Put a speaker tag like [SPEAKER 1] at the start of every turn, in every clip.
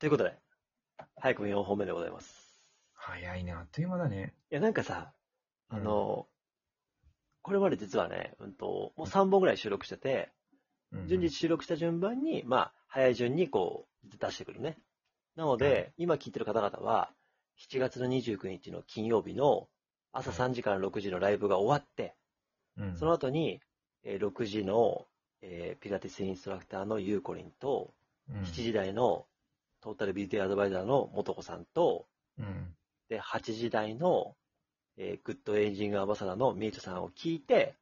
[SPEAKER 1] ということで、早くも4本目でございます。
[SPEAKER 2] 早いね、あっという間だね。
[SPEAKER 1] いや、なんかさ、あの、これまで実はね、うんと、もう3本ぐらい収録してて、
[SPEAKER 2] うん、
[SPEAKER 1] 順次収録した順番に、まあ、早い順にこう、出してくるね。なの
[SPEAKER 2] は
[SPEAKER 1] で、今聞いてる方々は、7月の29日の金曜日の朝3時から6時のライブが終わって、
[SPEAKER 2] うん、
[SPEAKER 1] その後に、えー6時の、えーピラティスインストラクターのゆうこりんと、
[SPEAKER 2] うん、
[SPEAKER 1] 7時台のトータルビューティーアドバイザーのもとこさんと、
[SPEAKER 2] うん。
[SPEAKER 1] で、8時台の、えーグッドエイジングアンバサダーのミートさんを聞いて、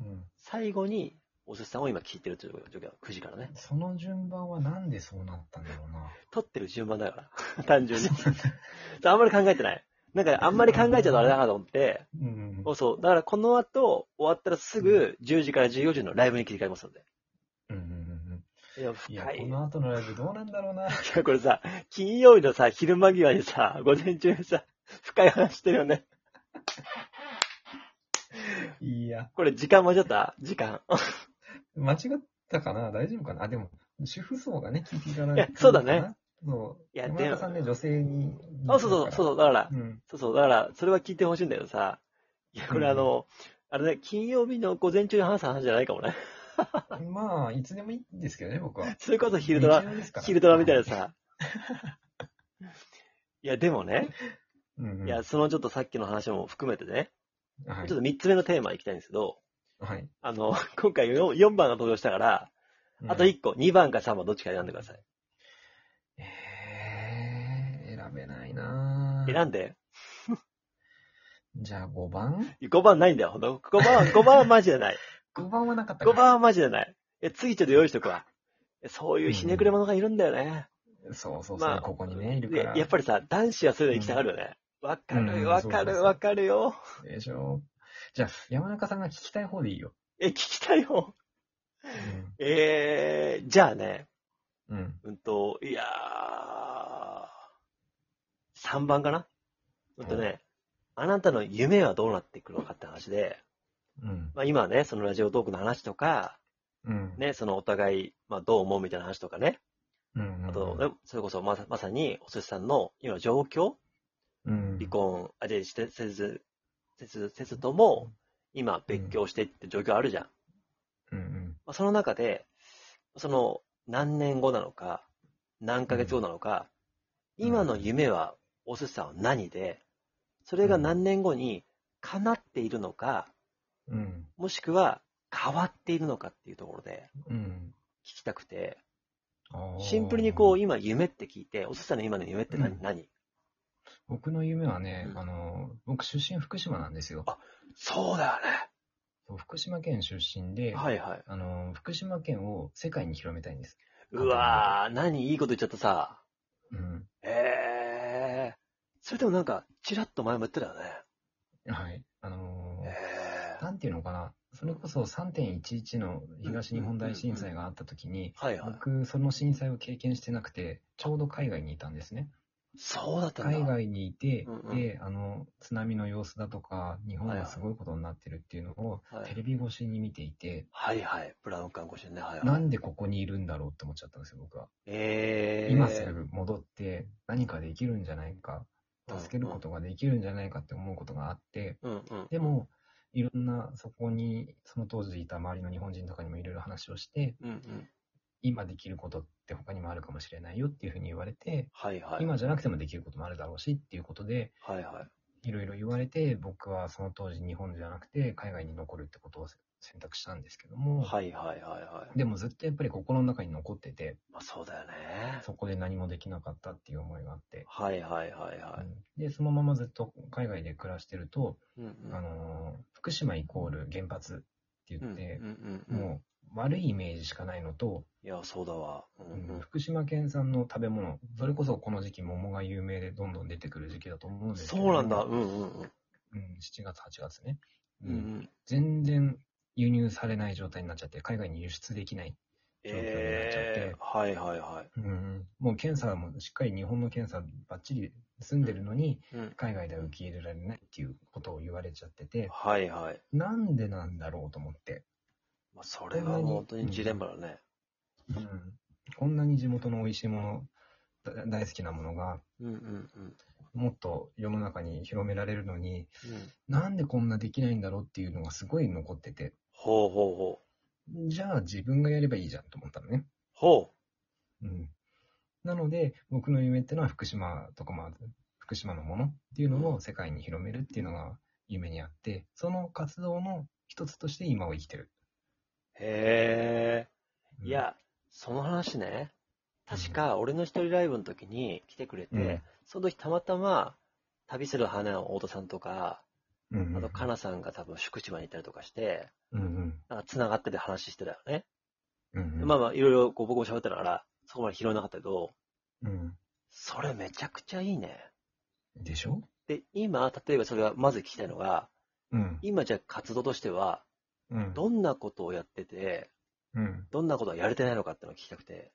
[SPEAKER 2] うん。
[SPEAKER 1] 最後に、おすしさんを今聞いてるという状況、9時からね。
[SPEAKER 2] その順番はなんでそうなったんだろうな。
[SPEAKER 1] 撮ってる順番だから。単純に。そうあんまり考えてない。なんか、あんまり考えちゃうとあれだなと思って、
[SPEAKER 2] うん。
[SPEAKER 1] そうそう。だから、この後、終わったらすぐ、10時から14時のライブに切り替えますので。
[SPEAKER 2] うんうんうん
[SPEAKER 1] いや、
[SPEAKER 2] うん、いや、
[SPEAKER 1] 深い
[SPEAKER 2] こ。の後のライブどうなんだ ろうな。
[SPEAKER 1] いやこれさ、金曜日のさ、昼間際にさ、午前中にさ、深い話してるよね。
[SPEAKER 2] いや、
[SPEAKER 1] これ時間間違った時間。
[SPEAKER 2] 間違ったかな大丈夫かなあ、でも、主婦層がね、聞いていただい
[SPEAKER 1] いやそうだね。
[SPEAKER 2] そう。
[SPEAKER 1] いや
[SPEAKER 2] 山中さんね、女性に。。
[SPEAKER 1] あ、そうそう、そううそう、だから、
[SPEAKER 2] うん。
[SPEAKER 1] そうそう、だから、それは聞いてほしいんだけどさ、いや、これあの、あれね、金曜日の午前中に話す話じゃないかもね。
[SPEAKER 2] まあ、いつでもいいんですけどね、僕は。
[SPEAKER 1] それこそ昼ドラ、昼ドラみたいなさ。いや、でもね、
[SPEAKER 2] うんうん。
[SPEAKER 1] いや、そのちょっとさっきの話も含めてね、
[SPEAKER 2] はい
[SPEAKER 1] ちょっと3つ目のテーマいきたいんですけど、
[SPEAKER 2] はい。
[SPEAKER 1] あの、今回 4, 4番が登場したから、あと
[SPEAKER 2] うん
[SPEAKER 1] 1個、2番か3番どっちか選んでください。
[SPEAKER 2] えー、選べないなぁ
[SPEAKER 1] 選んで。
[SPEAKER 2] じゃあ5番
[SPEAKER 1] 5番ないんだよ、ほんと。5番は、5番はマジでない。
[SPEAKER 2] ?5 番 はなかった
[SPEAKER 1] 5
[SPEAKER 2] か。
[SPEAKER 1] 番はマジでない。え、次ちょっと用意しとくわ。えそういうひねくれ者がいるんだよね。
[SPEAKER 2] そうそうそう、
[SPEAKER 1] まあ
[SPEAKER 2] ここにね、いるか
[SPEAKER 1] で
[SPEAKER 2] ら。
[SPEAKER 1] やっぱりさ、男子はそういうの行きたがるよね。わ、か
[SPEAKER 2] うん
[SPEAKER 1] る、わか
[SPEAKER 2] そうそうそ
[SPEAKER 1] る、
[SPEAKER 2] う
[SPEAKER 1] わかるよ。
[SPEAKER 2] でしょ。じゃあ、山中さんが聞きたい方でいいよ。
[SPEAKER 1] え、聞きたいよ。えー、じゃあね、
[SPEAKER 2] うん。うん、
[SPEAKER 1] うんと、いやー、3番かなうんとね、あなたの夢はどうなっていくのかって話で、
[SPEAKER 2] うん、
[SPEAKER 1] まあ今はね、そのラジオトークの話とか、
[SPEAKER 2] うん。
[SPEAKER 1] ね、そのお互い、まあどう思うみたいな話とかね、
[SPEAKER 2] うん。
[SPEAKER 1] あと、ねそれこそまさまさに、お寿司さんの今の状況、
[SPEAKER 2] うん、
[SPEAKER 1] 離婚、あ、で、して、せず、せず、せずとも、今、別居をしてって状況あるじゃん。
[SPEAKER 2] うん、うん。
[SPEAKER 1] まあ、その中で、その、何年後なのか、何ヶ月後なのか、
[SPEAKER 2] うん
[SPEAKER 1] 今の夢は、お寿司さんは何で、それが何年後に叶っているのか、
[SPEAKER 2] うん、
[SPEAKER 1] もしくは変わっているのかっていうところで
[SPEAKER 2] うん。
[SPEAKER 1] 聞きたくて、
[SPEAKER 2] あー
[SPEAKER 1] シンプルにこう、今夢って聞いて、お寿司さんの今の夢って何、
[SPEAKER 2] うん
[SPEAKER 1] 何
[SPEAKER 2] 僕の夢はね、
[SPEAKER 1] うん
[SPEAKER 2] あの、僕出身福島なんですよ。
[SPEAKER 1] あそうだよね。
[SPEAKER 2] そう福島県出身で、
[SPEAKER 1] はいはい。
[SPEAKER 2] あの、福島県を世界に広めたいんです。
[SPEAKER 1] うわー、何いいこと言っちゃったさ。
[SPEAKER 2] うん。
[SPEAKER 1] ええー。それでもなんか、ちらっと前も言ってたよね。
[SPEAKER 2] はい。あのー
[SPEAKER 1] ええー。
[SPEAKER 2] なんていうのかな、それこそ3.11の東日本大震災があった時に、
[SPEAKER 1] はいはい。
[SPEAKER 2] 僕、その震災を経験してなくて、ちょうど海外にいたんですね。
[SPEAKER 1] そうだったんだ。
[SPEAKER 2] 海外にいて
[SPEAKER 1] うん、うん
[SPEAKER 2] で、あの、津波の様子だとか、日本がすごいことになってるっていうのを、
[SPEAKER 1] は
[SPEAKER 2] テ
[SPEAKER 1] い、
[SPEAKER 2] レビ越しに見ていて、
[SPEAKER 1] はいはい。ブラウン管護士ね。はい
[SPEAKER 2] な
[SPEAKER 1] はい。
[SPEAKER 2] んでここにいるんだろうって思っちゃったんですよ、僕は。
[SPEAKER 1] ええー。
[SPEAKER 2] 今すぐ戻って、何かできるんじゃないか、助けることができるんじゃないかって思うことがあって、
[SPEAKER 1] うんうん。
[SPEAKER 2] でも、いろんな、そこに、その当時いた周りの日本人とかにもいろいろ話をして、
[SPEAKER 1] うんうん。
[SPEAKER 2] 今できることって他にもあるかもしれないよっていうふうに言われて、
[SPEAKER 1] はいはい。
[SPEAKER 2] 今じゃなくてもできることもあるだろうしっていうことで、
[SPEAKER 1] はいはい。
[SPEAKER 2] いろいろ言われて、僕はその当時日本じゃなくて海外に残るってことを選択したんですけども、
[SPEAKER 1] はいはいはいはい。
[SPEAKER 2] でもずっとやっぱり心の中に残ってて、
[SPEAKER 1] まあそうだよね。
[SPEAKER 2] そこで何もできなかったっていう思いがあって、
[SPEAKER 1] はいはいはいは
[SPEAKER 2] うんで、そのままずっと海外で暮らしてると、
[SPEAKER 1] い。うんうん。
[SPEAKER 2] あのー福島イコール原発って
[SPEAKER 1] う
[SPEAKER 2] 言
[SPEAKER 1] ん
[SPEAKER 2] っ
[SPEAKER 1] うん
[SPEAKER 2] て、
[SPEAKER 1] うんうん。
[SPEAKER 2] もう悪いイメージしかないのと、
[SPEAKER 1] いや、そうだわ。うんうん。
[SPEAKER 2] 福島県産の食べ物、それこそこの時期桃が有名でどんどん出てくる時期だと思うんですけど、
[SPEAKER 1] そうなんだ。うんうんうん。
[SPEAKER 2] うん、7月、8月ね、
[SPEAKER 1] うんうん。
[SPEAKER 2] 全然輸入されない状態になっちゃって、海外に輸出できない。状況になっちゃって
[SPEAKER 1] ええー。はいはいは
[SPEAKER 2] うん、もう検査もしっかり日本の検査ばっちり済んでるのに、
[SPEAKER 1] い。うん。
[SPEAKER 2] 海外では受け入れられないっていうことを言われちゃってて、
[SPEAKER 1] はいはい。
[SPEAKER 2] なんでなんだろうと思って、
[SPEAKER 1] まあ、それはもう本当にジレンマだね。
[SPEAKER 2] うん、こんなに地元の美味しいものだ大好きなものが、
[SPEAKER 1] うんうんうん。
[SPEAKER 2] もっと世の中に広められるのに、
[SPEAKER 1] うん、
[SPEAKER 2] なんでこんなできないんだろうっていうのがすごい残ってて、
[SPEAKER 1] ほうほうほう。
[SPEAKER 2] じゃあ自分がやればいいじゃんと思ったのね。
[SPEAKER 1] ほ
[SPEAKER 2] うん。なので、僕の夢ってのは福島とか、まあ、福島のものっていうのを世界に広めるっていうのが夢にあって、その活動の一つとして今を生きてる。
[SPEAKER 1] う。へえ。
[SPEAKER 2] うん
[SPEAKER 1] い、や、その話ね。確か、俺の一人ライブの時に来てくれて、
[SPEAKER 2] うん
[SPEAKER 1] その時たまたま、旅する花の太田さんとか、
[SPEAKER 2] うん、
[SPEAKER 1] あと、かなさんが多分宿島に行ったりとかして、
[SPEAKER 2] うんうん。
[SPEAKER 1] なんか繋がってて話してたよね。
[SPEAKER 2] うんうん、
[SPEAKER 1] まあまあ、いろいろこう僕も喋ってたから、そこまで拾えなかったけど、
[SPEAKER 2] うん。
[SPEAKER 1] それめちゃくちゃいいね。
[SPEAKER 2] でしょ
[SPEAKER 1] で、今、例えばそれはまず聞きたいのが、
[SPEAKER 2] うん。
[SPEAKER 1] 今じゃあ活動としては、
[SPEAKER 2] うん。
[SPEAKER 1] どんなことをやってて、
[SPEAKER 2] うん。
[SPEAKER 1] どんなことはやれてないのかってのを聞きたくて。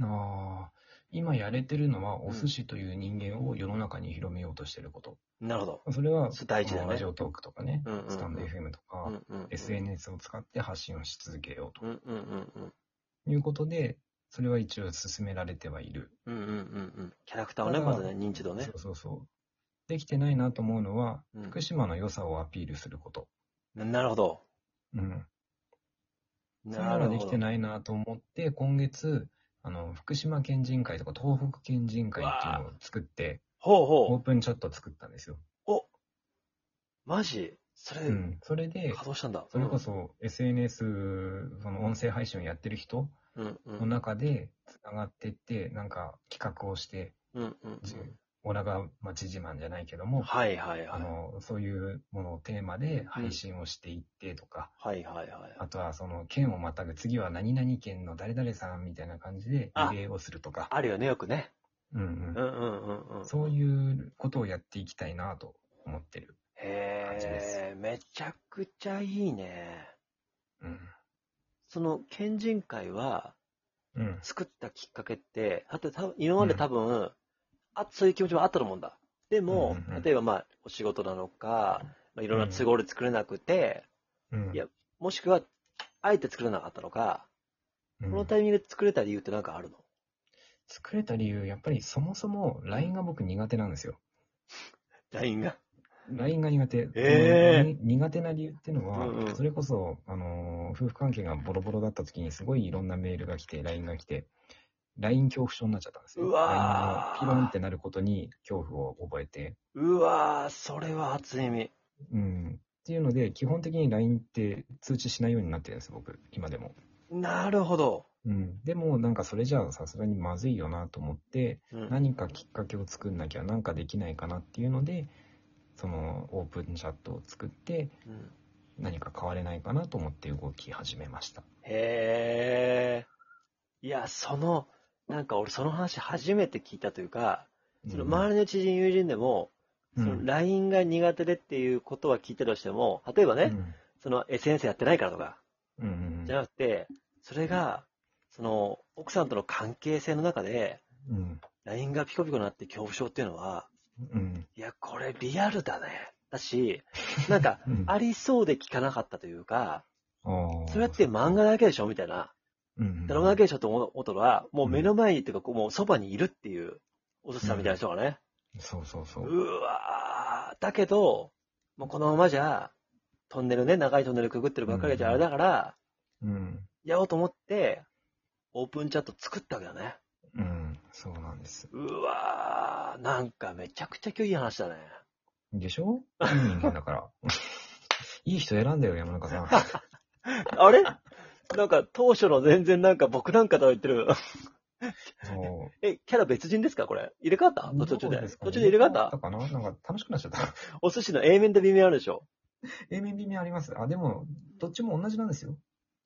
[SPEAKER 2] ああ、今やれてるのは、
[SPEAKER 1] ん
[SPEAKER 2] お寿司という人間を世の中に広めようとしてること。
[SPEAKER 1] なるほど。
[SPEAKER 2] それは、
[SPEAKER 1] それ大事だよね
[SPEAKER 2] ラジオトークとかね、
[SPEAKER 1] うんうんうん
[SPEAKER 2] スタンド FM とか、
[SPEAKER 1] うんうんうん。
[SPEAKER 2] SNS を使って発信をし続けよう
[SPEAKER 1] うんうんうんうん。
[SPEAKER 2] ということで、それは一応進められてはいる。
[SPEAKER 1] うんうんうんうん。キャラクターをね、
[SPEAKER 2] ただ
[SPEAKER 1] まずね、認知度ね
[SPEAKER 2] そ。うそうそう。できてないなと思うのは、
[SPEAKER 1] うん
[SPEAKER 2] 福島の良さをアピールすること。
[SPEAKER 1] なるほど。
[SPEAKER 2] うん。そういう
[SPEAKER 1] な
[SPEAKER 2] の
[SPEAKER 1] る
[SPEAKER 2] が
[SPEAKER 1] ほど。
[SPEAKER 2] できてないなと思って、今月、あの、福島県人会とか東北県人会っていうのを作って、
[SPEAKER 1] ほう
[SPEAKER 2] オー
[SPEAKER 1] ほ
[SPEAKER 2] プンチャット作ったんですよ。
[SPEAKER 1] う。おマジそれ、
[SPEAKER 2] うん。それで
[SPEAKER 1] 稼、働したんだ。
[SPEAKER 2] それこそ SNS、その音声配信をやってる人
[SPEAKER 1] うんうん。う
[SPEAKER 2] の
[SPEAKER 1] ん
[SPEAKER 2] 中で繋がってって、なんか企画をして、
[SPEAKER 1] うんうん。
[SPEAKER 2] じオラが町自慢じゃないけども、
[SPEAKER 1] はいはい
[SPEAKER 2] あ
[SPEAKER 1] は
[SPEAKER 2] の、そういうものをテーマで配信をしていってとか、
[SPEAKER 1] い。はいはいはい。
[SPEAKER 2] あとはその県をまたぐ次は何々県の誰々さんみたいな感じで
[SPEAKER 1] あ
[SPEAKER 2] リレーをするとか、
[SPEAKER 1] あるよね、よくね。
[SPEAKER 2] うん
[SPEAKER 1] う
[SPEAKER 2] うん
[SPEAKER 1] んうんうんうん。
[SPEAKER 2] ん、そういうことをやっていきたいなと思ってる。感じです
[SPEAKER 1] へえ、めちゃくちゃいいね。
[SPEAKER 2] うん。
[SPEAKER 1] その、県人会は、
[SPEAKER 2] うん。
[SPEAKER 1] 作ったきっかけって、だって多分今まで多分、あ、そういう気持ちもあったと思うんだ。でも、
[SPEAKER 2] うんうんうん
[SPEAKER 1] 例えばまあ、お仕事なのか、まあ、いろんな都合で作れなくて、
[SPEAKER 2] うん。
[SPEAKER 1] いやもしくは、あえて作れなかったのか、
[SPEAKER 2] うん、
[SPEAKER 1] このタイミングで作れた理由ってなんかあるの
[SPEAKER 2] 作れた理由、やっぱりそもそも LINE が僕苦手なんですよ。
[SPEAKER 1] ?LINE が。
[SPEAKER 2] LINE が苦手。
[SPEAKER 1] ええ
[SPEAKER 2] に苦手な理由っていうのは、
[SPEAKER 1] うんうん
[SPEAKER 2] それこそ、あのー夫婦関係がボロボロだった時に、すごいいろんなメールが来て、LINE が来て、LINE 恐怖症になっちゃったんですよ。
[SPEAKER 1] うわー
[SPEAKER 2] LINE がピロンってなることに恐怖を覚えて、
[SPEAKER 1] うわー、それは初耳。
[SPEAKER 2] うん。っていうので、基本的に LINE って通知しないようになってるんです、僕、今でも。
[SPEAKER 1] なるほど。
[SPEAKER 2] うん。でも、なんかそれじゃあさすがにまずいよなと思って、
[SPEAKER 1] うん
[SPEAKER 2] 何かきっかけを作んなきゃ、なんかできないかなっていうので、そのオープンチャットを作って、
[SPEAKER 1] うん
[SPEAKER 2] 何か変われないかなと思って動き始めました。
[SPEAKER 1] へえ。いや、その、なんか俺その話初めて聞いたというか、その周りの知人友人でも、
[SPEAKER 2] う
[SPEAKER 1] そ
[SPEAKER 2] ん
[SPEAKER 1] の LINE が苦手でっていうことは聞いたとしても、例えばね、その SNS やってないからとか、
[SPEAKER 2] うんうん
[SPEAKER 1] じゃなくて、それが、その、奥さんとの関係性の中で、
[SPEAKER 2] うん。
[SPEAKER 1] LINE がピコピコになって恐怖症っていうのは、
[SPEAKER 2] うん。
[SPEAKER 1] いや、これリアルだね。だし、なん か、
[SPEAKER 2] うん
[SPEAKER 1] ありそうで聞かなかったというか、
[SPEAKER 2] あー
[SPEAKER 1] それって漫画だけでしょみたいな。
[SPEAKER 2] うん。
[SPEAKER 1] ドラマだけでしょと思ったのは、もう目の前に、っていうか、こうもうそばにいるっていう、お寿司さんみたいな人がね。
[SPEAKER 2] そうそうそうう。
[SPEAKER 1] わー。だけど、もうこのままじゃ、トンネルね、長いトンネルくぐってるばっかりじゃあれだから、
[SPEAKER 2] うん。
[SPEAKER 1] やろうと思って、オープンチャット作ったわけだね。
[SPEAKER 2] うん。そうなんです。
[SPEAKER 1] うわー。なんかめちゃくちゃ今日いい話だね。
[SPEAKER 2] でし ょいい人間だから。 いい人選んだよ、山中さん。
[SPEAKER 1] あれなんか当初の全然なんか僕なんかとは言ってる。
[SPEAKER 2] そう。
[SPEAKER 1] え、キャラ別人ですかこれ。入れ替わった途中
[SPEAKER 2] どう
[SPEAKER 1] で。
[SPEAKER 2] すかね
[SPEAKER 1] 途中で入れ替わっ
[SPEAKER 2] ど
[SPEAKER 1] た
[SPEAKER 2] うかななんか楽しくなっちゃった。
[SPEAKER 1] お寿司の A 面と B 面あるでしょ
[SPEAKER 2] A 面 B 面あります。あ、でも、どっちも同じなんですよ。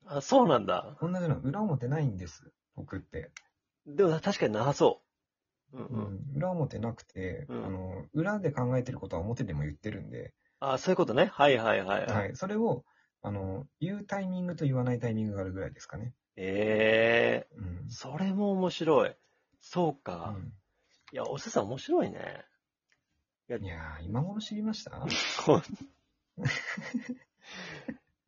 [SPEAKER 1] あ、そうなんだ。
[SPEAKER 2] 同じなの。裏表ないんです。僕って。
[SPEAKER 1] でも確かになそう。うんうん。
[SPEAKER 2] うん裏表なくて、
[SPEAKER 1] うん
[SPEAKER 2] あの、裏で考えてることは表でも言ってるんで、
[SPEAKER 1] あそういうことね。はいはいはい。は、
[SPEAKER 2] はいい。それを、あの、言うタイミングと言わないタイミングがあるぐらいですかね。
[SPEAKER 1] ええ
[SPEAKER 2] うん
[SPEAKER 1] ー、。それも面白い。そう
[SPEAKER 2] う
[SPEAKER 1] か。
[SPEAKER 2] ん
[SPEAKER 1] いや、お寿司さん面白いね。
[SPEAKER 2] いやー、今頃知りました
[SPEAKER 1] こう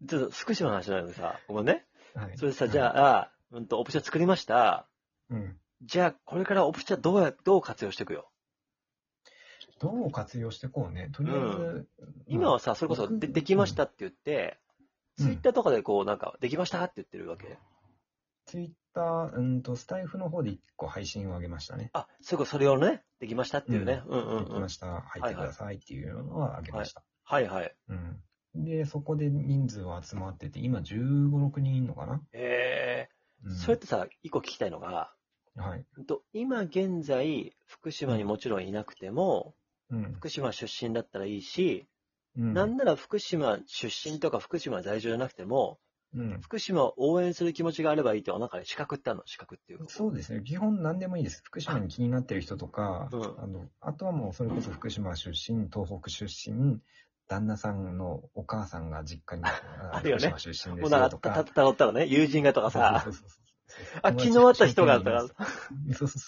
[SPEAKER 1] ちょっと福島の話なのでさ、ごめんね。
[SPEAKER 2] はい。
[SPEAKER 1] それでさ、じゃあ、うんと、オプション作りました。
[SPEAKER 2] うん。
[SPEAKER 1] じゃあ、これからオプチャどうや、どう活用していくよ。
[SPEAKER 2] どう活用していこうね。とりあえず、
[SPEAKER 1] 今はさ、それこそ、で、できましたって言って、
[SPEAKER 2] うん
[SPEAKER 1] ツイッターとかでこう、なんか、できましたって言ってるわけ。
[SPEAKER 2] ツイッター、うんと、スタイフの方で一個配信を上げましたね。
[SPEAKER 1] あ、それこそそれをね、できましたっていうね。うんうん
[SPEAKER 2] でき
[SPEAKER 1] うん
[SPEAKER 2] ま。した。入ってくださいっていうのは上げました。
[SPEAKER 1] はいはい。
[SPEAKER 2] うん。で、そこで人数は集まってて、今15、6人いるのかな、
[SPEAKER 1] え
[SPEAKER 2] う
[SPEAKER 1] え
[SPEAKER 2] ん、
[SPEAKER 1] それってさ、一個聞きたいのが、
[SPEAKER 2] はい。
[SPEAKER 1] ほんと今現在、福島にもちろんいなくても、
[SPEAKER 2] うん。
[SPEAKER 1] 福島出身だったらいいし、
[SPEAKER 2] うん
[SPEAKER 1] なんなら福島出身とか福島在住じゃなくても、
[SPEAKER 2] うん。
[SPEAKER 1] 福島を応援する気持ちがあればいいって、なんか資格ってあるの資格っていうか。
[SPEAKER 2] そうですね。基本何でもいいです。福島に気になってる人とか、
[SPEAKER 1] うん
[SPEAKER 2] あの、あとはもうそれこそ福島出身、東北出身、旦那さんのお母さんが実家に、あ
[SPEAKER 1] あるよね
[SPEAKER 2] 福島出身で
[SPEAKER 1] もう
[SPEAKER 2] す
[SPEAKER 1] な
[SPEAKER 2] よ
[SPEAKER 1] ん
[SPEAKER 2] と
[SPEAKER 1] か、
[SPEAKER 2] か。
[SPEAKER 1] た、たたどったらね、友人がとかさ
[SPEAKER 2] そう、そうそうそう
[SPEAKER 1] あ、昨日会った人がとか、。
[SPEAKER 2] そうそうそう。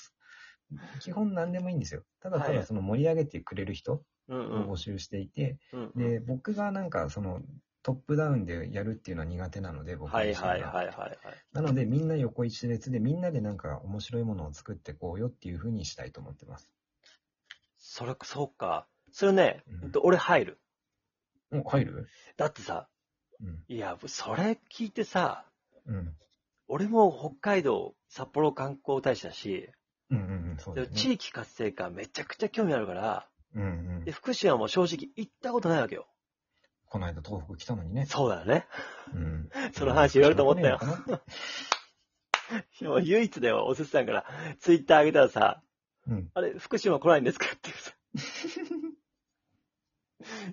[SPEAKER 2] 基本何でもいいんですよ。ただた
[SPEAKER 1] は
[SPEAKER 2] だ
[SPEAKER 1] い
[SPEAKER 2] その盛り上げてくれる人
[SPEAKER 1] うんう
[SPEAKER 2] を
[SPEAKER 1] ん
[SPEAKER 2] 募集していて、
[SPEAKER 1] うん。
[SPEAKER 2] で、僕がなんかそのトップダウンでやるっていうのは苦手なので、僕
[SPEAKER 1] はい
[SPEAKER 2] 自身が
[SPEAKER 1] はいはいはいはい。
[SPEAKER 2] なのでみんな横一列でみんなでなんか面白いものを作ってこうよっていうふうにしたいと思ってます。
[SPEAKER 1] それ、そうか。それね
[SPEAKER 2] うん、
[SPEAKER 1] ほんと俺入る。
[SPEAKER 2] お、入る
[SPEAKER 1] だってさ、
[SPEAKER 2] うん。
[SPEAKER 1] いや、それ聞いてさ、
[SPEAKER 2] うん。
[SPEAKER 1] 俺も北海道、札幌観光大使だし、
[SPEAKER 2] うんうんうん、そう
[SPEAKER 1] で
[SPEAKER 2] だ
[SPEAKER 1] も
[SPEAKER 2] よね。
[SPEAKER 1] 地域活性化めちゃくちゃ興味あるから、
[SPEAKER 2] うんうん
[SPEAKER 1] で、。福島も正直行ったことないわけよ。
[SPEAKER 2] この間東北来たのにね。
[SPEAKER 1] そうだよね。
[SPEAKER 2] うん。
[SPEAKER 1] その話言われると思ったよ
[SPEAKER 2] うん。来ね
[SPEAKER 1] でも唯一だよ、おせつさんから、ツイッター上げたらさ、
[SPEAKER 2] えのか
[SPEAKER 1] あ
[SPEAKER 2] な
[SPEAKER 1] れ、福島来ないんですかっていう さ。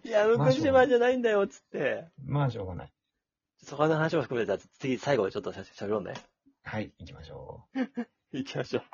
[SPEAKER 1] いや、
[SPEAKER 2] まあ
[SPEAKER 1] 福島じゃないんだよ、つって。
[SPEAKER 2] うん。まあ、しょうがない。
[SPEAKER 1] そこの話も含めて、じゃあ次、最後でちょっとしゃべろうね。
[SPEAKER 2] はい、行きましょう。
[SPEAKER 1] 行きましょう。